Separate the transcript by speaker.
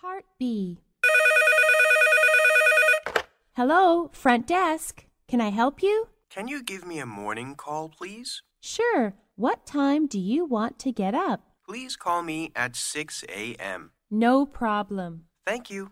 Speaker 1: Part B. Hello, front desk. Can I help you?
Speaker 2: Can you give me a morning call, please?
Speaker 1: Sure. What time do you want to get up?
Speaker 2: Please call me at 6 a.m.
Speaker 1: No problem.
Speaker 2: Thank you.